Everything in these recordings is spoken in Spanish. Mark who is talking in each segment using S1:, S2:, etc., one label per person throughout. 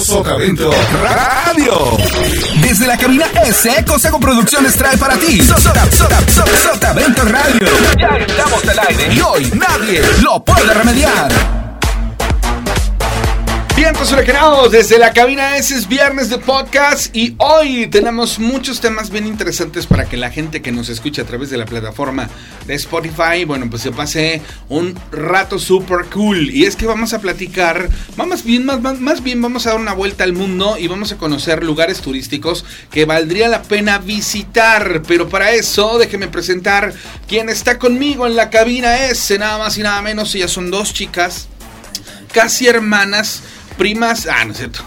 S1: Socavento Radio.
S2: Desde la cabina S, Consejo Producciones trae para ti Sotavento Radio. Ya estamos al aire y hoy nadie lo puede remediar.
S3: Vientos pues, huracanados desde la cabina S es viernes de podcast y hoy tenemos muchos temas bien interesantes para que la gente que nos escucha a través de la plataforma de Spotify, bueno, pues se pase un rato super cool. Y es que vamos a platicar, vamos bien, más, más, más bien vamos a dar una vuelta al mundo y vamos a conocer lugares turísticos que valdría la pena visitar. Pero para eso, déjenme presentar quien está conmigo en la cabina S, nada más y nada menos, ellas son dos chicas casi hermanas primas. Ah, no es cierto.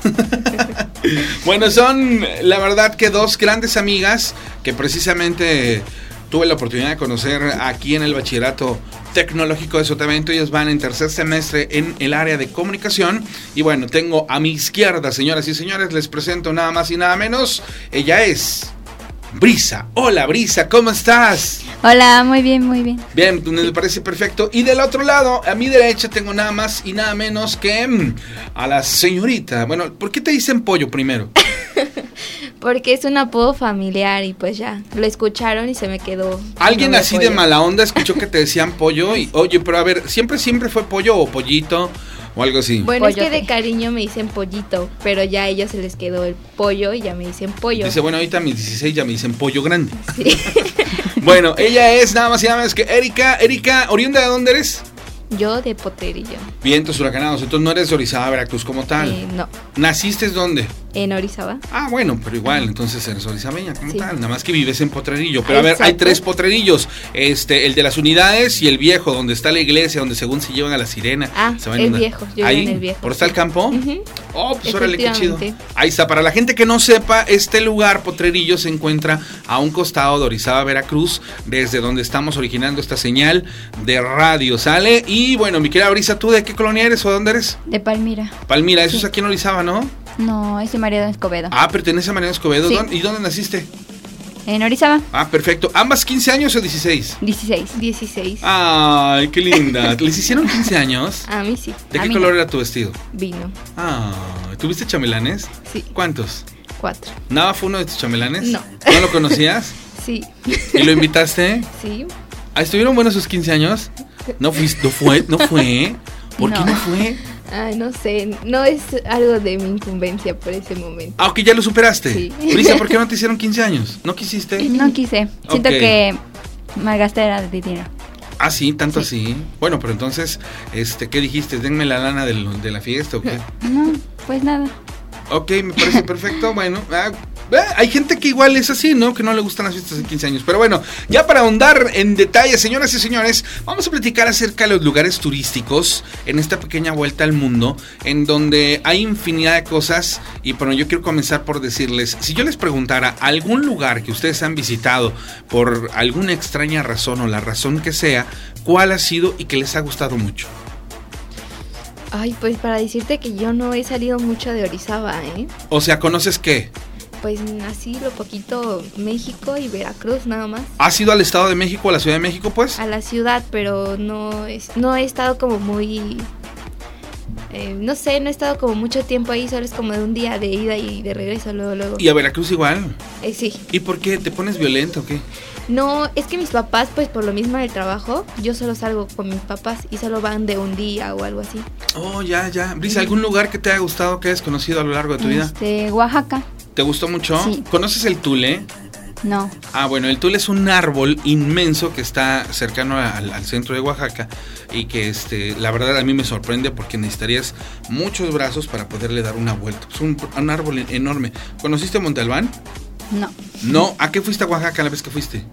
S3: bueno, son la verdad que dos grandes amigas que precisamente tuve la oportunidad de conocer aquí en el bachillerato tecnológico de Sotavento. Ellas van en tercer semestre en el área de comunicación. Y bueno, tengo a mi izquierda, señoras y señores, les presento nada más y nada menos. Ella es. Brisa, hola Brisa, ¿cómo estás?
S4: Hola, muy bien, muy bien.
S3: Bien, pues, me parece perfecto. Y del otro lado, a mi derecha, tengo nada más y nada menos que mm, a la señorita. Bueno, ¿por qué te dicen pollo primero?
S4: Porque es un apodo familiar y pues ya, lo escucharon y se me quedó. el
S3: Alguien
S4: nombre
S3: así de
S4: pollo.
S3: mala onda escuchó que te decían pollo y, oye, pero a ver, ¿siempre, siempre fue pollo o pollito o algo así?
S4: Bueno, es que
S5: Pollote.
S4: de cariño me dicen pollito, pero ya a ellos se les quedó el pollo y ya me dicen pollo.
S3: Dice, bueno, ahorita a mis 16 ya me dicen pollo grande. bueno, ella es nada más y nada menos que Erika. Erika, ¿oriunda de dónde eres?
S4: Yo de poterillo.
S3: Vientos huracanados, entonces no eres de Orizaba, Veracruz como tal.
S4: Eh, no,
S3: ¿Naciste dónde?
S4: en Orizaba.
S3: Ah, bueno, pero igual, entonces eres orizabeña como
S4: Sí.
S3: tal, nada más que vives en Potrerillo. Pero a ver, hay
S4: Exacto.
S3: tres potrerillos, este, el de las unidades y el viejo, donde está la iglesia, donde según se llevan a la sirena.
S4: Ah,
S3: se van
S4: el
S3: una-
S4: viejo, yo vivo
S3: Ahí,
S4: en el viejo,
S3: ¿Por está el campo?
S4: Ujú.
S3: Oh, pues órale, qué chido.
S4: Efectivamente.
S3: Ahí está, para la gente que no sepa, este lugar, Potrerillo, se encuentra a un costado de Orizaba, Veracruz, desde donde estamos originando esta señal de radio, ¿sale? Y bueno, mi querida Brisa, ¿tú de qué colonia eres o dónde eres?
S5: De Palmira.
S3: Palmira, eso es aquí en Orizaba, ¿no?
S5: No, es de María de Escobedo.
S3: Ah, pertenece a Mariano Escobedo.
S5: Sí.
S3: ¿Dónde- ¿Y dónde naciste?
S5: En Orizaba,
S3: Ah, perfecto. ¿Ambas 15 años o 16?
S5: 16.
S4: 16.
S3: Ah. Ay, qué linda. ¿Les hicieron 15 años?
S4: A mí sí,
S3: ¿De
S5: a
S3: qué
S5: mí
S3: color
S5: no.
S3: era tu vestido?
S4: vino.
S3: Ah, ¿tuviste chamelanes?
S4: Sí.
S3: ¿Cuántos?
S4: Cuatro.
S3: ¿Nada fue uno de tus chamelanes?
S4: No.
S3: ¿No lo conocías?
S4: Sí,
S3: ¿Y lo invitaste?
S4: sí.
S3: Ah, ¿Estuvieron buenos sus 15 años? No fuiste, no fue, no fue. ¿Por qué
S5: No.
S3: no fue?
S4: Ay, no sé, no es algo de mi incumbencia por ese momento.
S3: Ah, ok, ya lo superaste.
S4: Sí.
S3: Brisa, ¿por qué no te hicieron 15 años? ¿No quisiste?
S5: No quise. Siento
S3: Ok.
S5: que malgasté el dinero.
S3: Ah, sí, tanto así. Bueno, pero entonces, este, ¿qué dijiste? ¿Denme la lana del- de la fiesta o qué?
S5: No, pues nada.
S3: Ok, me parece perfecto. Bueno, ah, eh, hay gente que igual es así, ¿no? Que no le gustan las fiestas de 15 años. Pero bueno, ya para ahondar en detalle, señoras y señores, vamos a platicar acerca de los lugares turísticos en esta pequeña vuelta al mundo, en donde hay infinidad de cosas. Y bueno, yo quiero comenzar por decirles, si yo les preguntara algún lugar que ustedes han visitado por alguna extraña razón o la razón que sea, ¿cuál ha sido y que les ha gustado mucho?
S4: Ay, pues para decirte que yo no he salido mucho de Orizaba, ¿eh?
S3: O sea, ¿conoces qué?
S4: Pues así lo poquito México y Veracruz nada más.
S3: ¿Has ido al Estado de México, a la Ciudad de México, pues?
S4: A la ciudad, pero no, es, no he estado como muy... eh, no sé, no he estado como mucho tiempo ahí, solo es como de un día de ida y de regreso luego, luego.
S3: Y a Veracruz igual.
S4: Eh, sí.
S3: ¿Y por qué? ¿Te pones violenta o qué?
S4: No, es que mis papás, pues por lo mismo del trabajo, yo solo salgo con mis papás y solo van de un día o algo así.
S3: Oh, ya, ya. Brisa, ¿algún lugar que te haya gustado, que hayas conocido a lo largo de tu vida?
S5: Este, Oaxaca.
S3: ¿Te gustó mucho?
S5: Sí.
S3: ¿Conoces el tule?
S5: No.
S3: Ah, bueno, el tule es un árbol inmenso que está cercano al, al centro de Oaxaca y que, este, la verdad a mí me sorprende porque necesitarías muchos brazos para poderle dar una vuelta. Es un, un árbol en- enorme. ¿Conociste Monte Albán?
S5: No.
S3: No. ¿A qué fuiste a Oaxaca la vez que fuiste?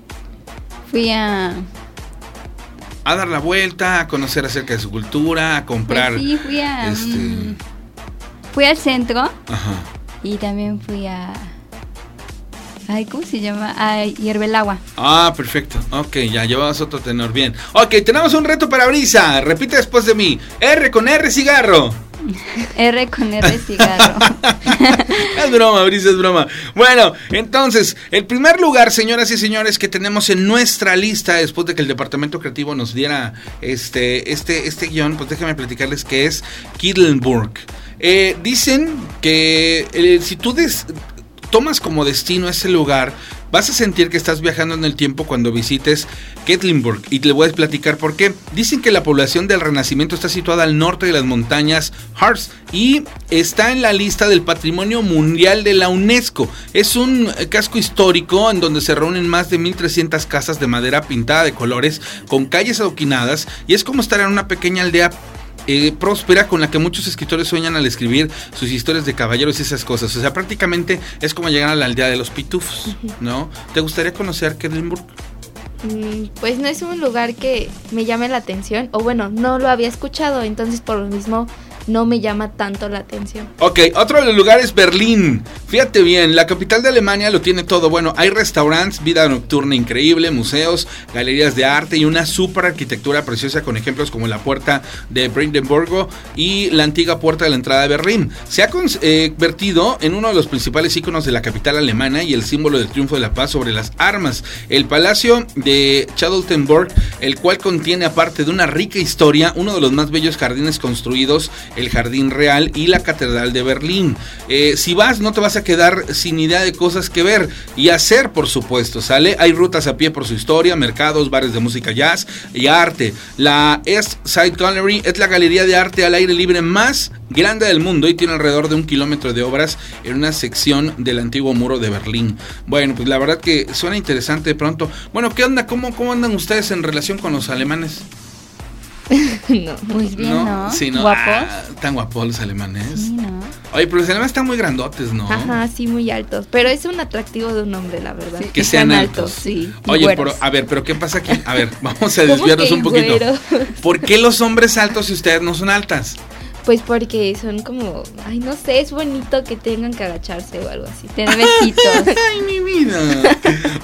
S5: Fui a.
S3: A dar la vuelta, a conocer acerca de su cultura, a comprar.
S5: Pues sí, fui a.
S3: este-
S5: mm, Fui al centro
S3: Ajá.
S5: y también fui a. Ay, ¿cómo se llama? A hierve el agua.
S3: Ah, perfecto. Ok, ya llevabas otro tenor. Bien. Ok, tenemos un reto para Brisa. Repite después de mí. R con R cigarro.
S5: R con R cigarro.
S3: es broma, Brisa, es broma. Bueno, entonces, el primer lugar, señoras y señores, que tenemos en nuestra lista después de que el departamento creativo nos diera este, este, este guión, pues déjenme platicarles que es Kittelburg. Eh, dicen que eh, si tú des- tomas como destino ese lugar, vas a sentir que estás viajando en el tiempo cuando visites Ketlinburg. Y te voy a platicar por qué. Dicen que la población del Renacimiento está situada al norte de las montañas Harz y está en la lista del Patrimonio Mundial de la UNESCO. Es un eh, casco histórico en donde se reúnen más de 1.300 casas de madera pintada de colores con calles adoquinadas y es como estar en una pequeña aldea eh, próspera con la que muchos escritores sueñan al escribir sus historias de caballeros y esas cosas. O sea, prácticamente es como llegar a la aldea de los pitufos, ¿no? ¿Te gustaría conocer Kedlinburg?
S4: Mm, Pues no es un lugar que me llame la atención, o bueno, no lo había escuchado, entonces por lo mismo no me llama tanto la atención.
S3: Ok, otro de los lugares, Berlín. Fíjate bien, la capital de Alemania lo tiene todo. Bueno, hay restaurantes, vida nocturna increíble, museos, galerías de arte y una super arquitectura preciosa con ejemplos como la puerta de Brandenburgo y la antigua puerta de la entrada de Berlín. Se ha cons- eh, convertido en uno de los principales íconos de la capital alemana y el símbolo del triunfo de la paz sobre las armas. El palacio de Charlottenburg, el cual contiene aparte de una rica historia, uno de los más bellos jardines construidos, el Jardín Real y la Catedral de Berlín. Eh, si vas, no te vas a quedar sin idea de cosas que ver y hacer, por supuesto, ¿sale? Hay rutas a pie por su historia, mercados, bares de música jazz y arte. La East Side Gallery es la galería de arte al aire libre más grande del mundo y tiene alrededor de un kilómetro de obras en una sección del antiguo muro de Berlín. Bueno, pues la verdad que suena interesante de pronto. Bueno, ¿qué onda? ¿Cómo, cómo andan ustedes en relación con los alemanes?
S4: no.
S5: Muy Pues bien, ¿no?
S3: Sí, no.
S5: Guapos.
S3: Ah, tan guapos los alemanes.
S5: Sí, ¿no?
S3: Oye, pero los alemanes están muy grandotes, ¿no?
S4: Ajá, sí, muy altos. Pero es un atractivo de un hombre, la verdad.
S5: Sí.
S3: Que
S5: Están
S3: sean
S5: altos,
S3: altos.
S5: sí, y
S3: Oye,
S5: güeros.
S3: pero, a ver, pero ¿qué pasa aquí? A ver, vamos a
S4: ¿Cómo
S3: desviarnos
S4: que
S3: un poquito.
S4: güero?
S3: ¿Por qué los hombres altos si ustedes no son altas?
S4: Pues porque son como, ay, no sé, es bonito que tengan que agacharse o algo así.
S5: Te da besitos.
S3: Ay, mi vida.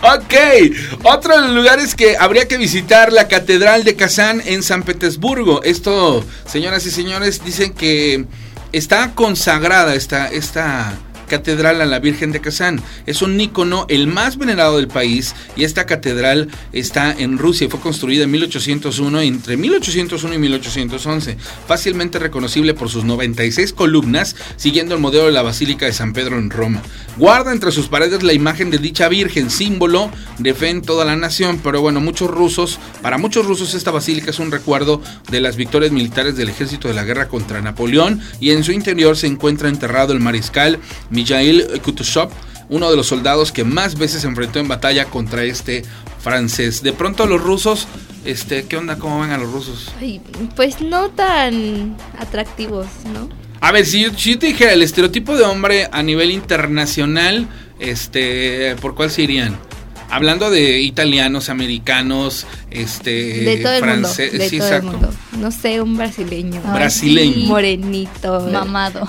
S3: ok, otro de los lugares que habría que visitar, la Catedral de Kazán en San Petersburgo. Esto, señoras y señores, dicen que está consagrada esta, esta catedral a la Virgen de Kazán. Es un ícono el más venerado del país y esta catedral está en Rusia y fue construida en 1801, entre 1801 y 1811, fácilmente reconocible por sus 96 columnas, siguiendo el modelo de la Basílica de San Pedro en Roma. Guarda entre sus paredes la imagen de dicha Virgen, símbolo de fe en toda la nación, pero bueno, muchos rusos, para muchos rusos esta basílica es un recuerdo de las victorias militares del ejército de la guerra contra Napoleón y en su interior se encuentra enterrado el mariscal Mikhail Kutuzov, uno de los soldados que más veces se enfrentó en batalla contra este francés. De pronto los rusos, este, ¿qué onda? ¿Cómo van a los rusos?
S4: Ay, pues no tan atractivos, ¿no?
S3: A ver, si yo, si yo te dijera el estereotipo de hombre a nivel internacional, este, ¿por cuál se irían? Hablando de italianos, americanos, este,
S4: De todo el mundo.
S3: francés,
S4: De
S3: sí,
S4: todo el
S3: exacto.
S4: mundo. No sé, un brasileño.
S5: Ay,
S3: Brasileño.
S5: sí.
S4: Morenito.
S5: Mamado.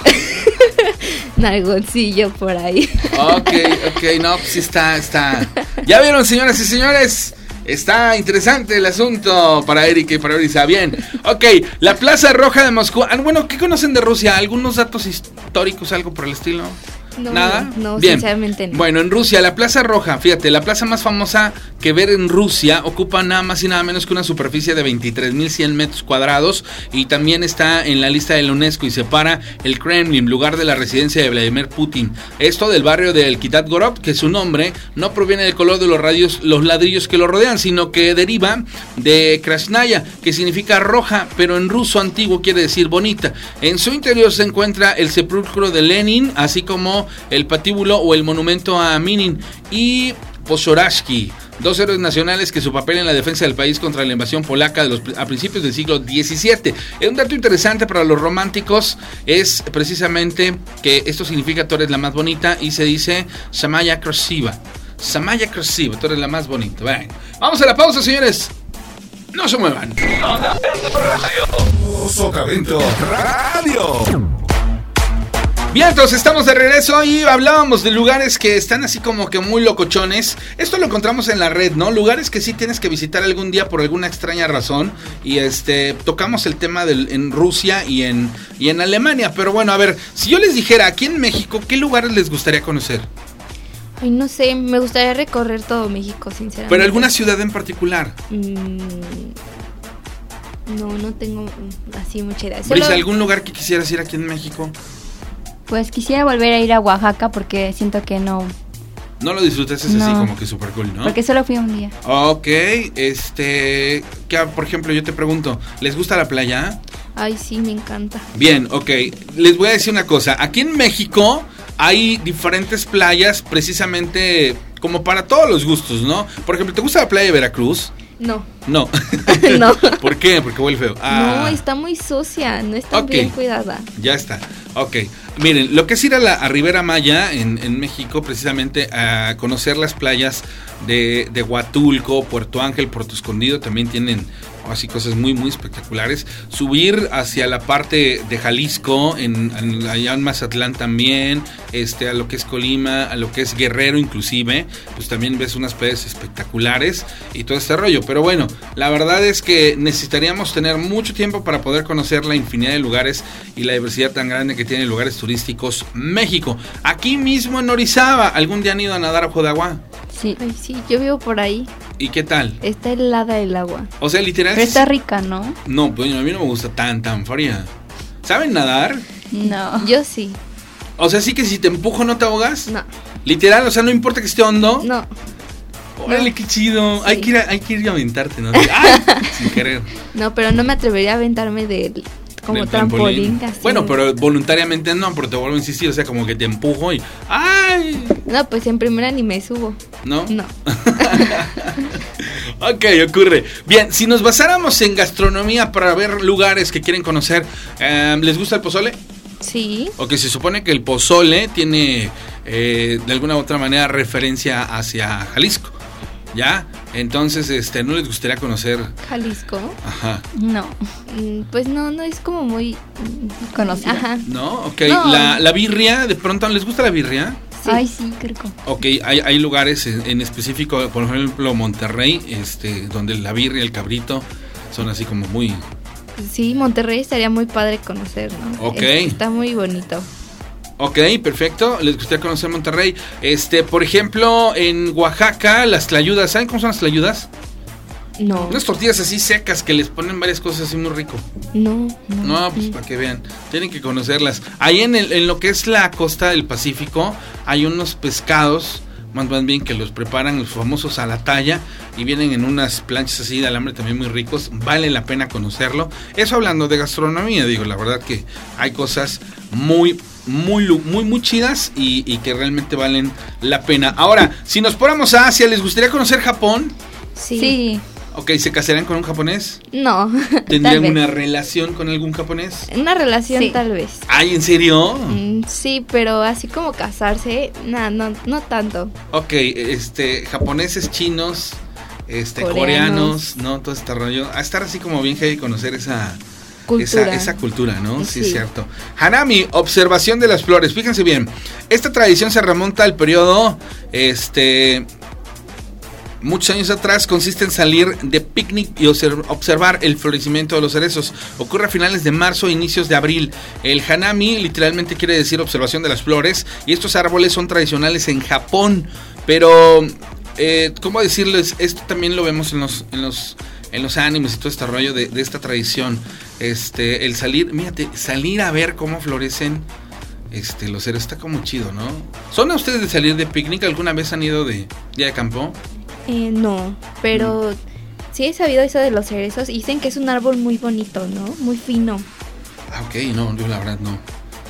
S4: Nalgoncillo por ahí.
S3: Ok, ok, no, pues sí está, está. Ya vieron, señoras y señores. Está interesante el asunto para Erika y para Orisa. Bien. Ok, la Plaza Roja de Moscú. Ah, bueno, ¿qué conocen de Rusia? ¿Algunos datos históricos, algo por el estilo?
S4: No,
S3: ¿Nada?
S4: no,
S3: Bien.
S4: sinceramente no.
S3: Bueno, en Rusia, la Plaza Roja, fíjate, la plaza más famosa que ver en Rusia ocupa nada más y nada menos que una superficie de 23.100 metros cuadrados y también está en la lista de la UNESCO y separa el Kremlin, lugar de la residencia de Vladimir Putin. Esto del barrio de Elkitat Gorod, que su nombre no proviene del color de los, radios, los ladrillos que lo rodean, sino que deriva de Krasnaya, que significa roja, pero en ruso antiguo quiere decir bonita. En su interior se encuentra el sepulcro de Lenin, así como el patíbulo o el monumento a Minin y Posorashki. Dos héroes nacionales que su papel en la defensa del país contra la invasión polaca de los- a principios del siglo XVII. Eh, Un dato interesante para los románticos es precisamente que esto significa tú eres la más bonita y se dice Samaya Krasiva. Samaya Krasiva, tú eres la más bonita. Bueno, vamos a la pausa, señores. No se muevan.
S1: Sotavento Radio.
S3: Bien, entonces estamos de regreso y hablábamos de lugares que están así como que muy locochones. Esto lo encontramos en la red, ¿no? Lugares que sí tienes que visitar algún día por alguna extraña razón. Y este, tocamos el tema del, en Rusia y en, y en Alemania. Pero bueno, a ver, si yo les dijera aquí en México, ¿qué lugares les gustaría conocer?
S4: Ay, no sé, me gustaría recorrer todo México, sinceramente.
S3: Pero alguna ciudad en particular.
S4: Mm, no, no tengo mm, así mucha idea. Solo-
S3: Brisa, ¿algún lugar que quisieras ir aquí en México?
S5: Pues quisiera volver a ir a Oaxaca porque siento que no.
S3: No lo disfrutaste así
S5: No.
S3: como que super cool, ¿no?
S5: Porque solo fui un día.
S3: Ok, este, que, por ejemplo, yo te pregunto, ¿les gusta la playa?
S4: Ay, sí, me encanta.
S3: Bien, ok. Les voy a decir una cosa. Aquí en México hay diferentes playas precisamente como para todos los gustos, ¿no? Por ejemplo, ¿te gusta la playa de Veracruz?
S4: No,
S3: No.
S4: no.
S3: ¿Por qué? Porque huele feo. Ah,
S4: No, está muy sucia, no está
S3: Ok.
S4: bien cuidada.
S3: Ya está. Ok. Miren, lo que es ir a, la, a Rivera Maya en, en México, precisamente a conocer las playas de, de Huatulco, Puerto Ángel, Puerto Escondido, también tienen así cosas muy, muy espectaculares. Subir hacia la parte de Jalisco, en, en- allá en Mazatlán también, este, a lo que es Colima, a lo que es Guerrero inclusive, pues también ves unas playas espectaculares y todo este rollo. Pero bueno, la verdad es que necesitaríamos tener mucho tiempo para poder conocer la infinidad de lugares y la diversidad tan grande que tiene lugares turísticos México. Aquí mismo en Orizaba, algún día han ido a nadar a Ojo de Agua.
S5: Sí.
S4: Ay, sí, yo vivo por ahí.
S3: ¿Y qué tal?
S4: Está helada el agua.
S3: O sea, literal...
S5: Pero está rica, ¿no?
S3: No, pues a mí no me gusta tan, tan fría. ¿Saben nadar?
S5: No.
S4: Yo sí.
S3: O sea, sí que si te empujo no te ahogas.
S4: No,
S3: Literal, o sea, no importa que esté hondo.
S4: no.
S3: Órale, qué chido.
S4: Sí.
S3: Hay, que ir a, hay que ir a aventarte, ¿no? ¡Ay! Sin querer.
S4: No, pero no me atrevería a aventarme del como
S3: Del
S4: trampolín. así.
S3: Bueno, pero voluntariamente no, porque te vuelvo a insistir. O sea, como que te empujo y. ¡Ay!
S4: No, pues en primera ni me subo.
S3: ¿No?
S4: No.
S3: Ok, ocurre. Bien, si nos basáramos en gastronomía para ver lugares que quieren conocer, eh, ¿les gusta el pozole?
S4: Sí,
S3: O que se supone que el pozole tiene eh, de alguna u otra manera referencia hacia Jalisco. ¿Ya? Entonces, este, ¿no les gustaría conocer?
S4: Jalisco.
S3: Ajá.
S5: No.
S4: Mm, Pues no, no es como muy mm,
S5: Conocida.
S4: Ajá.
S3: ¿No? Ok.
S4: No.
S3: La, la birria, ¿de pronto les gusta la birria?
S4: Sí.
S5: Ay, sí, qué rico.
S3: Ok, hay, hay lugares en, en específico, por ejemplo Monterrey, este, donde la birria, el cabrito, son así como muy...
S4: Sí, Monterrey estaría muy padre conocer, ¿no?
S3: Ok.
S4: Es- Está muy bonito.
S3: Ok, perfecto, les gustaría conocer Monterrey. Este, por ejemplo, en Oaxaca, las tlayudas, ¿saben cómo son las tlayudas?
S4: No,
S3: Unas tortillas así secas que les ponen varias cosas así muy rico.
S4: no. Mm,
S3: No, pues para que vean, tienen que conocerlas. Ahí en, el- en lo que es la costa del Pacífico hay unos pescados, más, más bien que los preparan los famosos a la talla y vienen en unas planchas así de alambre también muy ricos. Vale la pena conocerlo. Eso hablando de gastronomía, digo, la verdad que hay cosas muy, muy, lu- muy, muy chidas y, y que realmente valen la pena. Ahora, si nos fuéramos a Asia, ¿les gustaría conocer Japón?
S4: Sí.
S5: Sí.
S3: Ok, ¿se casarían con un japonés?
S4: No.
S3: ¿Tendrían
S4: Tal vez.
S3: una relación con algún japonés?
S4: Una relación
S5: Sí.
S4: tal vez.
S3: Ay, ¿en serio?
S4: Mm, sí, pero así como casarse, nah, no, no tanto.
S3: Ok, este, japoneses, chinos, este, coreanos,
S4: Coreanos.
S3: ¿no? Todo este rollo. A estar así como bien heavy conocer esa
S4: Cultura.
S3: Esa, esa cultura, ¿no? Sí, es
S4: Sí.
S3: cierto. Hanami, observación de las flores. Fíjense bien, esta tradición se remonta al periodo, este, muchos años atrás consiste en salir de picnic y obser- observar el florecimiento de los cerezos. Ocurre a finales de marzo e inicios de abril. El hanami literalmente quiere decir observación de las flores y estos árboles son tradicionales en Japón, pero eh, ¿cómo decirles? Esto también lo vemos en los, en los, en los animes y todo este rollo de, de esta tradición. Este, el salir, mírate, salir a ver cómo florecen este, los cerezos está como chido, ¿no? ¿Son a ustedes de salir de picnic? ¿Alguna vez han ido de día de campo?
S4: Eh, no,
S3: Mm.
S4: pero sí he sabido eso de los cerezos. y Dicen que es un árbol muy bonito, ¿no? Muy fino.
S3: Ah, ok, no, yo la verdad no.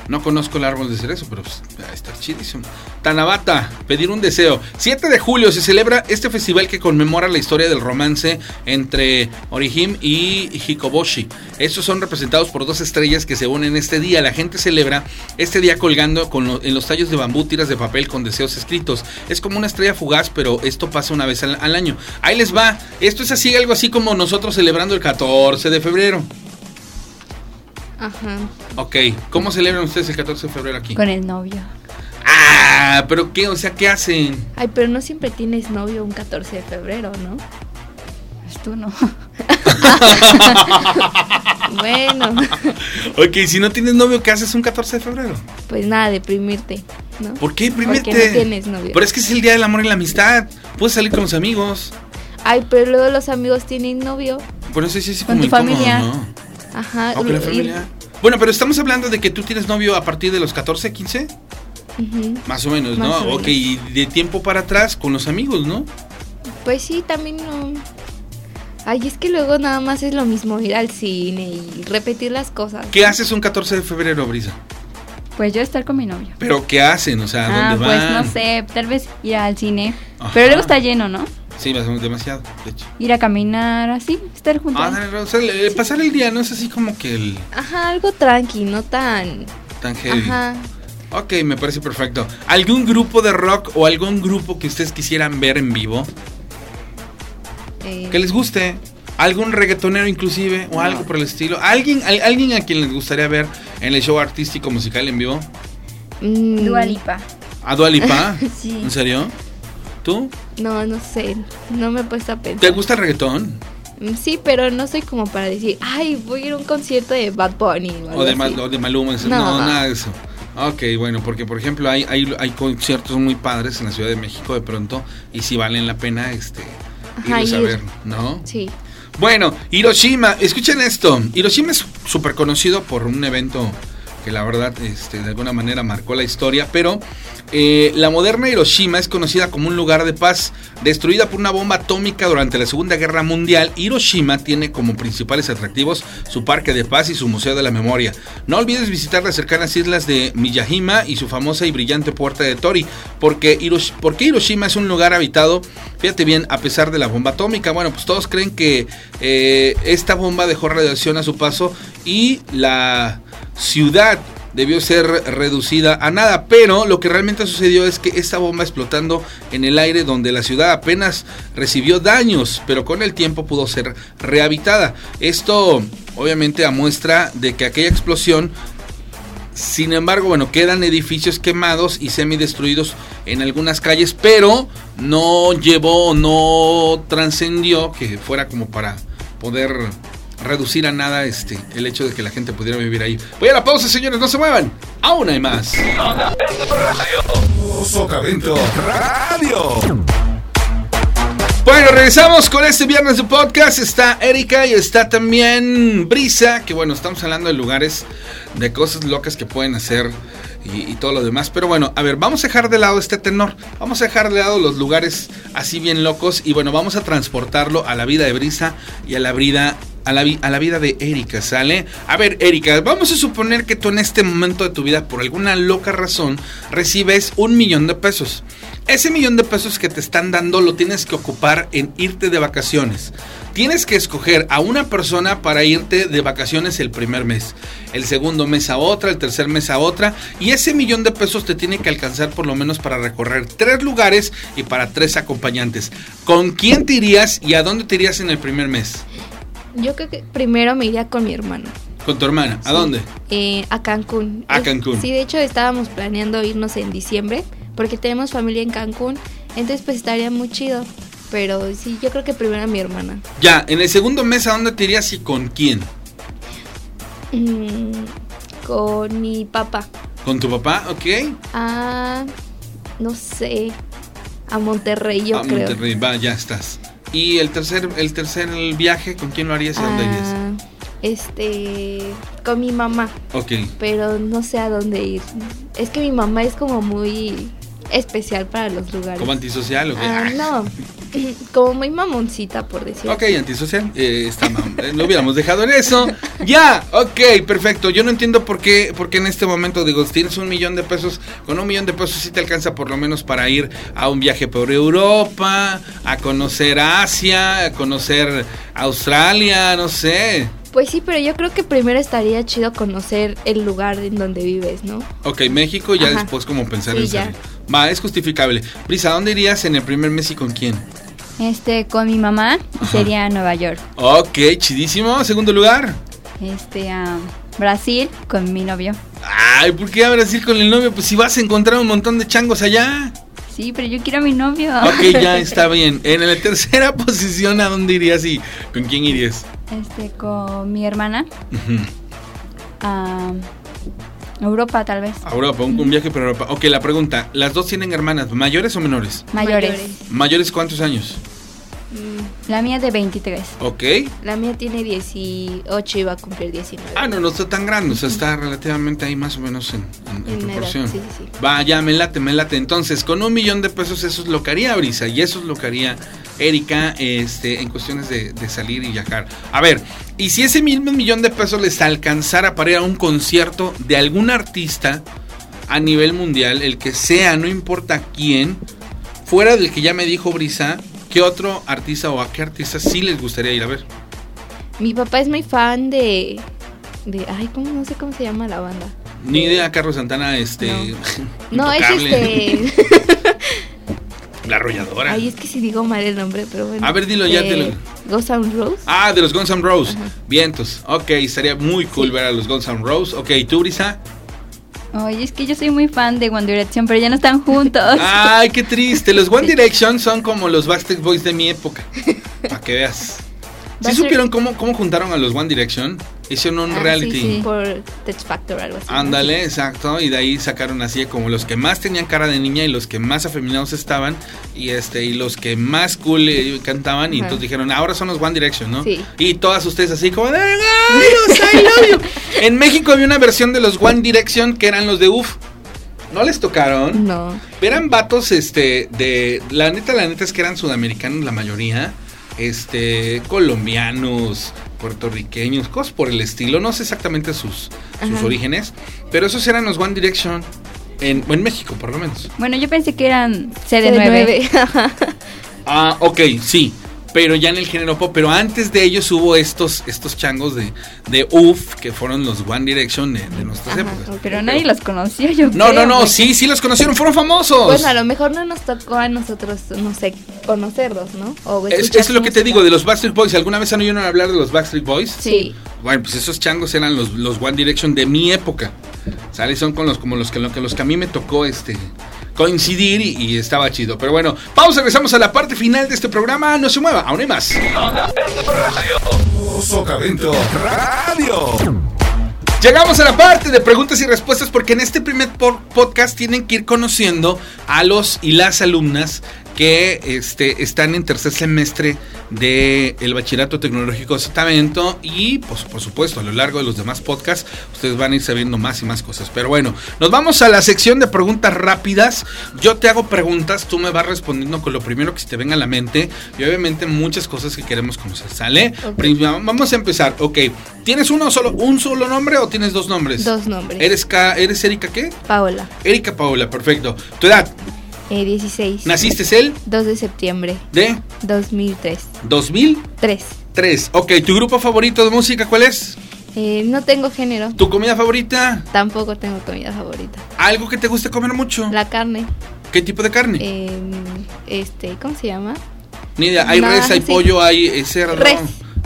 S3: No conozco el árbol de cerezo, pero pues, va a estar chidísimo. Tanabata, pedir un deseo. 7 de julio se celebra este festival que conmemora la historia del romance entre Orihim y Hikoboshi. Estos son representados por dos estrellas que se unen este día. La gente celebra este día colgando con lo- en los tallos de bambú tiras de papel con deseos escritos. Es como una estrella fugaz, pero esto pasa una vez al, al año. Ahí les va. Esto es así, algo así como nosotros celebrando el 14 de febrero.
S4: Ajá.
S3: Ok, ¿cómo celebran ustedes el 14 de febrero aquí?
S5: Con el novio.
S3: Ah, pero qué, o sea, ¿qué hacen?
S4: Ay, pero no siempre tienes novio un 14 de febrero, ¿no?
S5: Pues tú no.
S4: Bueno,
S3: Ok, si no tienes novio, ¿qué haces un 14 de febrero?
S4: pues nada, deprimirte, ¿no?
S3: ¿Por qué? Primero.
S4: Porque no tienes novio.
S3: Pero es que es el día del amor y la amistad. Puedes salir con los amigos.
S4: Ay, pero luego los amigos tienen novio.
S3: Por eso sí es
S5: Con
S3: como
S5: tu
S3: incómodo,
S5: familia.
S3: ¿no?
S4: Ajá.
S3: O con Ah, la
S4: Ah, y-
S3: familia. Bueno, pero estamos hablando de que tú tienes novio a partir de los 14, 15,
S4: Ujú.
S3: más o menos,
S4: Más
S3: ¿no?
S4: o menos.
S3: Ok, y de tiempo para atrás con los amigos, ¿no?
S4: Pues sí, también no. Ay, es que luego nada más es lo mismo ir al cine y repetir las cosas.
S3: ¿Qué haces un 14 de febrero, Brisa?
S5: Pues yo estar con mi novio.
S3: ¿Pero qué hacen? O sea, ¿a
S5: Ah,
S3: dónde
S5: pues
S3: van?
S5: no sé, tal vez ir al cine.
S3: Ajá.
S5: Pero luego está lleno, ¿no?
S3: Sí, más o menos demasiado, de hecho.
S5: Ir a caminar, así, estar juntos.
S3: Ah, dale, o sea, el- el pasar el día no es así como que el
S4: Ajá, algo tranqui, no tan.
S3: tan heavy.
S4: Ajá.
S3: Ok, me parece perfecto. ¿Algún grupo de rock o algún grupo que ustedes quisieran ver en vivo?
S4: eh,
S3: Que les guste. ¿Algún reggaetonero inclusive o algo por el estilo? ¿Alguien, al- ¿Alguien a quien les gustaría ver en el show artístico musical en vivo?
S4: mm,
S5: Dua Lipa.
S3: ¿A Dua Lipa?
S5: Sí.
S3: ¿En serio? ¿Tú?
S4: No, no sé. No me he puesto a pensar.
S3: ¿Te gusta el reggaetón?
S4: Mm, Sí, pero no soy como para decir, ay, voy a ir a un concierto de Bad Bunny. O, algo
S3: ¿O de,
S4: así".
S3: Ma- o de Maluma? No,
S4: No, no.
S3: nada de eso. Ok, bueno, porque por ejemplo hay, hay, hay conciertos muy padres en la Ciudad de México de pronto y si valen la pena este,
S4: Ajá,
S3: irlos a
S4: ir.
S3: ver, ¿no?
S4: Sí.
S3: Bueno, Hiroshima, escuchen esto. Hiroshima es súper conocido por un evento que la verdad este, de alguna manera marcó la historia, pero eh, la moderna Hiroshima es conocida como un lugar de paz. Destruida por una bomba atómica durante la Segunda Guerra Mundial, Hiroshima tiene como principales atractivos su Parque de Paz y su Museo de la Memoria. No olvides visitar las cercanas islas de Miyajima y su famosa y brillante Puerta de Tori, porque, Hirosh- porque Hiroshima es un lugar habitado, fíjate bien, a pesar de la bomba atómica. Bueno, pues todos creen que eh, esta bomba dejó radiación a su paso y la ciudad debió ser reducida a nada, pero lo que realmente sucedió es que esta bomba explotando en el aire donde la ciudad apenas recibió daños, pero con el tiempo pudo ser rehabitada. Esto obviamente a muestra de que aquella explosión sin embargo, bueno, quedan edificios quemados y semidestruidos en algunas calles, pero no llevó, no trascendió que fuera como para poder reducir a nada este el hecho de que la gente pudiera vivir ahí. Voy a la pausa, señores, no se muevan. Aún hay más.
S1: Sotavento Radio.
S3: Bueno, regresamos con este viernes de podcast. Está Erika y está también Brisa. Que bueno, estamos hablando de lugares, de cosas locas que pueden hacer y, y todo lo demás. Pero bueno, a ver, vamos a dejar de lado este tenor. Vamos a dejar de lado los lugares así bien locos. Y bueno, vamos a transportarlo a la vida de Brisa y a la vida. A la, vi- a la vida de Erika, ¿sale? A ver, Erika, vamos a suponer que tú en este momento de tu vida, por alguna loca razón, recibes un millón de pesos. Ese millón de pesos que te están dando lo tienes que ocupar en irte de vacaciones. Tienes que escoger a una persona para irte de vacaciones el primer mes, el segundo mes a otra, el tercer mes a otra, y ese millón de pesos te tiene que alcanzar por lo menos para recorrer tres lugares y para tres acompañantes. ¿Con quién te irías y a dónde te irías en el primer mes?
S4: Yo creo que primero me iría con mi hermano.
S3: Con tu hermana. ¿A dónde?
S4: Eh, a Cancún.
S3: A
S4: Es-
S3: Cancún.
S4: Sí, de hecho estábamos planeando irnos en diciembre porque tenemos familia en Cancún. Entonces pues estaría muy chido. Pero sí, yo creo que primero a mi hermana.
S3: Ya, en el segundo mes a dónde te irías y con quién?
S4: Mm, con mi papá.
S3: ¿Con tu papá? ¿Ok?
S4: A... No sé. A Monterrey, yo
S3: Ah,
S4: creo.
S3: Monterrey, va, ya estás. Y el tercer, el tercer viaje, ¿con quién lo harías y a dónde irías?
S4: Ah, este... Con mi mamá.
S3: Ok.
S4: Pero no sé a dónde ir. Es que mi mamá es como muy especial para los lugares.
S3: ¿Como antisocial o qué?
S4: Ah, no. Como muy mamoncita, por decirlo.
S3: Ok, antisocial. eh, está mal. Eh, lo hubiéramos dejado en eso. Ya, ok, perfecto. Yo no entiendo por qué, por qué en este momento, digo, si tienes un millón de pesos, con un millón de pesos sí te alcanza por lo menos para ir a un viaje por Europa, a conocer Asia, a conocer Australia, no sé.
S4: Pues sí, pero yo creo que primero estaría chido conocer el lugar en donde vives, ¿no?
S3: Ok, México, ya
S4: Ajá.
S3: después como pensar
S4: Sí,
S3: en
S4: ya.
S3: salir. Va, es justificable. Prisa, ¿a dónde irías en el primer mes y con quién?
S5: Este, con mi mamá y sería a Nueva York.
S3: Ok, chidísimo. Segundo lugar.
S5: Este, a Brasil con mi novio.
S3: Ay, ¿por qué a Brasil con el novio? Pues si vas a encontrar un montón de changos allá.
S5: Sí, pero yo quiero a mi novio.
S3: Ok, ya está bien. En la tercera posición, ¿a dónde irías y con quién irías?
S5: Este, con mi hermana
S3: Ujú.
S5: a Europa tal vez.
S3: A Europa, un, un viaje por Europa. Ok, la pregunta. ¿Las dos tienen hermanas mayores o menores?
S5: Mayores.
S4: Mayores.
S3: ¿Mayores cuántos años?
S4: Mm,
S5: La mía de 23.
S3: Ok.
S4: La mía tiene 18 y va a cumplir 19.
S3: Ah, no, no está tan grande, o sea, está relativamente ahí más o menos en, en- en
S4: En edad,
S3: proporción.
S4: sí, sí, sí.
S3: Va, ya, me late, me late. Entonces, con un millón de pesos eso es lo que haría Brisa y eso es lo que haría Erika este, en cuestiones de, de salir y viajar. A ver, y si ese mismo millón de pesos les alcanzara para ir a un concierto de algún artista a nivel mundial, el que sea, no importa quién, fuera del que ya me dijo Brisa, ¿qué otro artista o a qué artista sí les gustaría ir a ver?
S4: Mi papá es muy fan de. de ay, ¿cómo? no sé cómo se llama la banda.
S3: Ni idea, Carlos Santana, este.
S4: No, es
S3: intocable.
S4: este.
S3: La arrolladora.
S4: Ay, es que si digo mal el nombre, pero bueno. Eh,
S3: A ver, dilo ya, dilo.
S4: Ghost and Rose.
S3: Ah, de los Guns N' Roses. Vientos. Ok, estaría muy cool ver a los Guns N' Roses. Ok, ¿tú, Brisa?
S5: Oye, es que yo soy muy fan de One Direction, pero ya no están juntos.
S3: Ay, qué triste. Los One Direction son como los Backstreet Boys de mi época. Para que veas.
S4: Va
S3: ¿Sí
S4: a ser-
S3: supieron cómo, cómo juntaron a los One Direction? Hicieron un
S5: Ah, sí,
S3: reality.
S5: sí.
S4: Por Touch Factor o algo así. ¿no?
S3: Ándale, exacto, y de ahí sacaron así como los que más tenían cara de niña y los que más afeminados estaban y este y los que más cool eh, cantaban y
S4: Ajá.
S3: entonces dijeron, "Ahora son los One Direction", ¿no?
S4: Sí.
S3: Y todas ustedes así como, "Ay, los I love you". En México había una versión de los One Direction que eran los de UF. No les tocaron.
S4: No.
S3: Eran vatos este de la neta la neta es que eran sudamericanos la mayoría, este colombianos, puertorriqueños, cosas por el estilo, no sé exactamente sus sus
S4: Ajá.
S3: orígenes, pero esos eran los One Direction en, en México por lo menos.
S5: Bueno, yo pensé que eran
S4: De
S5: CD9.
S4: nueve. Pues, Ajá.
S3: Ah, ok, sí. Pero ya en el género pop, pero antes de ellos hubo estos, estos changos de, de UF, que fueron los One Direction de, de nuestras
S4: Ajá,
S3: épocas.
S4: ok.
S5: Pero nadie los conocía, yo
S3: No, no,
S5: creo,
S3: no,
S5: porque-
S3: sí, sí los conocieron, fueron famosos.
S4: Bueno, pues, a lo mejor no nos tocó a nosotros, no sé, conocerlos, ¿no? O
S3: es,
S4: escuchar
S3: es lo que
S4: música.
S3: te digo, de los Backstreet Boys, ¿alguna vez han oído hablar de los Backstreet Boys?
S4: Sí.
S3: Bueno, pues esos changos eran los, los One Direction de mi época. ¿Sale? Son con los, como los que, lo que- los que a mí me tocó este coincidir y, y estaba chido. Pero bueno, pausa, regresamos a la parte final de este programa. No se mueva, aún hay más.
S1: Sotavento Radio.
S3: Llegamos a la parte de preguntas y respuestas porque en este primer por- podcast tienen que ir conociendo a los y las alumnas que este, están en tercer semestre del Bachillerato Tecnológico de Sotavento y pues por supuesto a lo largo de los demás podcasts ustedes van a ir sabiendo más y más cosas. Pero bueno, nos vamos a la sección de preguntas rápidas. Yo te hago preguntas, tú me vas respondiendo con lo primero que se te venga a la mente y obviamente muchas cosas que queremos conocer, ¿sale?
S4: Ok.
S3: Prim- Vamos a empezar, ok. ¿Tienes uno solo, un solo nombre o tienes dos nombres?
S4: Dos nombres.
S3: ¿Eres, Ka- ¿Eres Erika qué?
S4: Paola,
S3: Erika Paola, perfecto. ¿Tu edad?
S4: eh, 16.
S3: ¿Naciste el
S4: 2 de septiembre,
S3: de
S4: 2003.
S3: 2003?
S4: 3.
S3: Ok, ¿tu grupo favorito de música cuál es?
S4: Eh, no tengo género.
S3: ¿Tu comida favorita?
S4: Tampoco tengo comida favorita.
S3: ¿Algo que te guste comer mucho?
S4: La carne.
S3: ¿Qué tipo de carne?
S4: eh, este, ¿cómo se llama?
S3: Ni idea, hay
S4: no,
S3: res, hay
S4: sí.
S3: pollo, hay eh, cerdo.
S4: Res.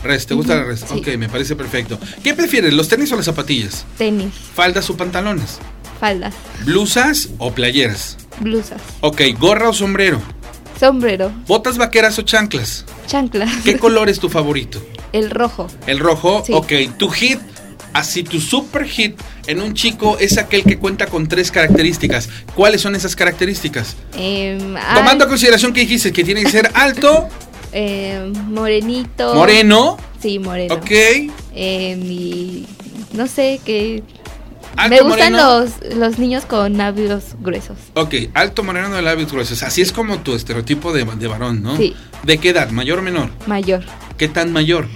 S3: Res, ¿te gusta la res?
S4: sí.
S3: Ok, me parece perfecto. ¿Qué prefieres, los tenis o las zapatillas?
S4: Tenis,
S3: ¿Faldas o pantalones?
S4: faldas,
S3: ¿Blusas o playeras?
S4: blusas,
S3: Ok, ¿gorra o sombrero?
S4: sombrero,
S3: ¿Botas vaqueras o chanclas?
S4: chanclas,
S3: ¿Qué color es tu favorito?
S4: el rojo,
S3: El rojo,
S4: Sí.
S3: ok. Tu hit, así tu super hit en un chico es aquel que cuenta con tres características. ¿Cuáles son esas características?
S4: em, al-
S3: Tomando en consideración que dijiste que tiene que ser alto,
S4: em, morenito.
S3: moreno,
S4: Sí, Oh. moreno.
S3: ok.
S4: Em, y no sé, que...
S3: Alto,
S4: Me gustan
S3: Ah, moreno.
S4: los, los niños con labios gruesos.
S3: Ok, alto moreno de labios gruesos. Así es como tu estereotipo de, de varón, ¿no?
S4: Sí.
S3: ¿De qué edad? ¿Mayor o menor?
S4: Mayor. Em,
S3: ¿Qué tan mayor?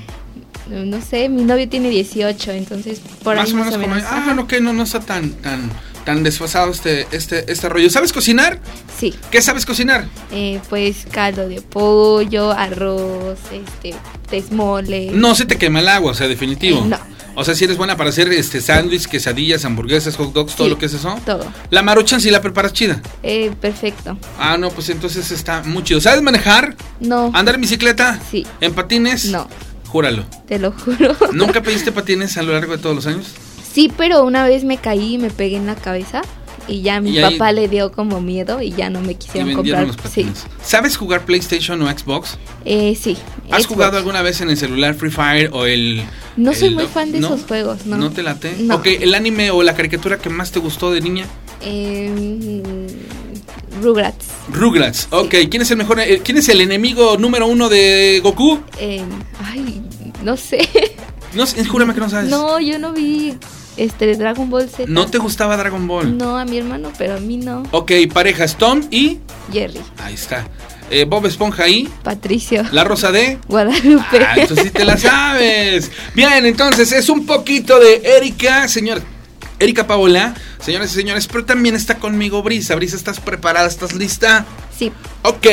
S4: No sé, mi novio tiene 18, entonces por
S3: más
S4: ahí
S3: o menos como.
S4: Ajá.
S3: Ah, no, que no, no está tan, tan, tan desfasado este, este, este rollo. ¿Sabes cocinar?
S4: Sí,
S3: ¿Qué sabes cocinar?
S4: eh, pues caldo de pollo, arroz, este, desmole.
S3: No se te quema el agua, o sea, definitivo.
S4: Eh, no.
S3: O sea, si eres buena para hacer este sándwich, quesadillas, hamburguesas, hot dogs, todo
S4: Sí,
S3: lo que es eso.
S4: Todo.
S3: La maruchan si la preparas chida.
S4: Eh, perfecto.
S3: Ah, no, pues entonces está muy chido. ¿Sabes manejar?
S4: No,
S3: ¿Andar en bicicleta?
S4: Sí.
S3: ¿En patines?
S4: No.
S3: Júralo.
S4: te lo juro.
S3: ¿Nunca pediste patines a lo largo de todos los años?
S4: Sí, pero una vez me caí y me pegué en la cabeza y ya mi
S3: Y ahí-
S4: papá le dio como miedo y ya no me
S3: Y
S4: quisieron
S3: vendieron
S4: comprar.
S3: los
S4: sí,
S3: patines. ¿Sabes jugar PlayStation o Xbox?
S4: eh, sí.
S3: ¿Has
S4: Xbox.
S3: jugado alguna vez en el celular Free Fire o el...
S4: No soy
S3: el
S4: muy
S3: do-
S4: fan de
S3: ¿No?
S4: esos juegos, ¿no?
S3: ¿No te late?
S4: No.
S3: Ok, ¿el anime o la caricatura que más te gustó de niña?
S4: Eh, mm, em, Rugrats.
S3: Rugrats. Ok, ¿quién es el mejor? eh, ¿Quién es el enemigo número uno de Goku?
S4: Eh, ay, no sé.
S3: No, sé, júrame que no sabes.
S4: No, yo no vi este Dragon Ball Z.
S3: Pues, ¿No te gustaba Dragon Ball.
S4: No, a mi hermano, pero a mí no.
S3: Ok, parejas Tom y.
S4: Jerry,
S3: Ahí está. Eh, Bob Esponja y.
S4: Patricio,
S3: La Rosa de.
S4: Guadalupe.
S3: Ah, eso sí te la sabes. Bien, entonces es un poquito de Erika, señor. Erika Paola, señores y señores, pero también está conmigo Brisa. Brisa, ¿estás preparada? ¿Estás lista?
S5: Sí,
S3: Ok,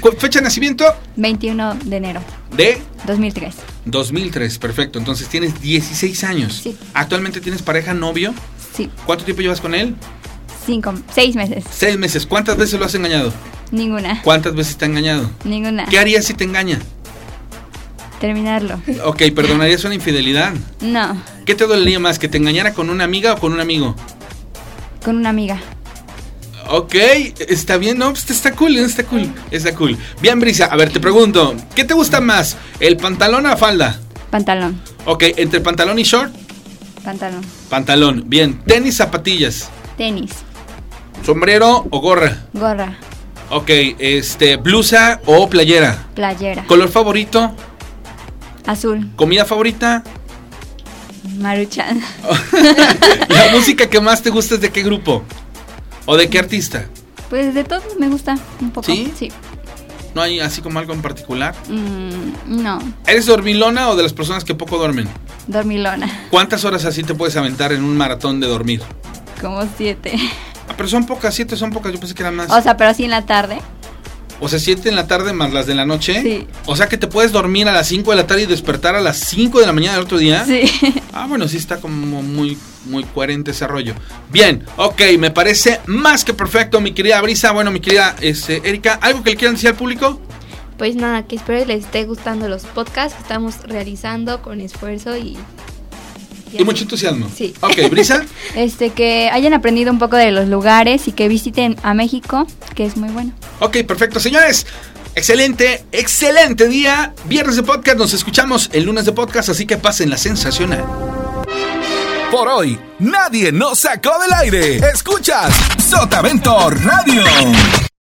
S3: cu- fecha de nacimiento
S5: 21 de enero,
S3: de
S5: 2003.
S3: 2003, perfecto. Entonces tienes 16 años.
S5: Sí.
S3: Actualmente tienes pareja, novio.
S5: Sí,
S3: ¿Cuánto tiempo llevas con él?
S5: cinco, seis meses.
S3: Seis meses. ¿Cuántas veces lo has engañado?
S5: Ninguna,
S3: ¿Cuántas veces te ha engañado?
S5: ninguna.
S3: ¿Qué harías si te engaña?
S5: Terminarlo.
S3: Ok, perdonarías una infidelidad.
S5: No,
S3: ¿Qué te dolería más, que te engañara con una amiga o con un amigo?
S5: con una amiga.
S3: Ok, está bien, no, pues está cool, está cool, está cool. Bien, Brisa, a ver, te pregunto, ¿qué te gusta más, el pantalón o la falda?
S5: Pantalón,
S3: Ok, entre pantalón y short,
S5: pantalón.
S3: pantalón, bien, tenis, zapatillas,
S5: Tenis,
S3: sombrero o gorra.
S5: gorra,
S3: Ok, este, blusa o playera.
S5: playera.
S3: Color favorito,
S5: Azul,
S3: comida favorita.
S5: maruchan.
S3: La música que más te gusta es de qué grupo o de qué artista.
S5: Pues de todo me gusta un poco.
S3: ¿Sí?
S5: Sí.
S3: No hay así como algo en particular.
S5: Mm, no,
S3: ¿Eres dormilona o de las personas que poco duermen?
S5: dormilona,
S3: ¿Cuántas horas así te puedes aventar en un maratón de dormir?
S5: como siete.
S3: Ah, pero son pocas, siete son pocas, yo pensé que eran más.
S5: O sea, pero sí en la tarde.
S3: O sea, siete en la tarde más las de la noche.
S5: Sí.
S3: O sea que te puedes dormir a las 5 de la tarde y despertar a las 5 de la mañana del otro día.
S5: Sí.
S3: Ah, bueno, sí está como muy, muy coherente ese rollo. Bien, ok, me parece más que perfecto, mi querida Brisa. Bueno, mi querida este, Erika, ¿algo que le quieran decir al público?
S4: Pues nada, que espero les esté gustando los podcasts que estamos realizando con esfuerzo y...
S3: Y mucho entusiasmo.
S4: Sí.
S3: Ok, Brisa.
S5: Este, que hayan aprendido un poco de los lugares y que visiten a México, que es muy bueno.
S3: Ok, perfecto, señores. Excelente, excelente día. Viernes de podcast, nos escuchamos el lunes de podcast, así que pasen la sensacional.
S2: Por hoy, nadie nos sacó del aire. Escuchas Sotavento Radio.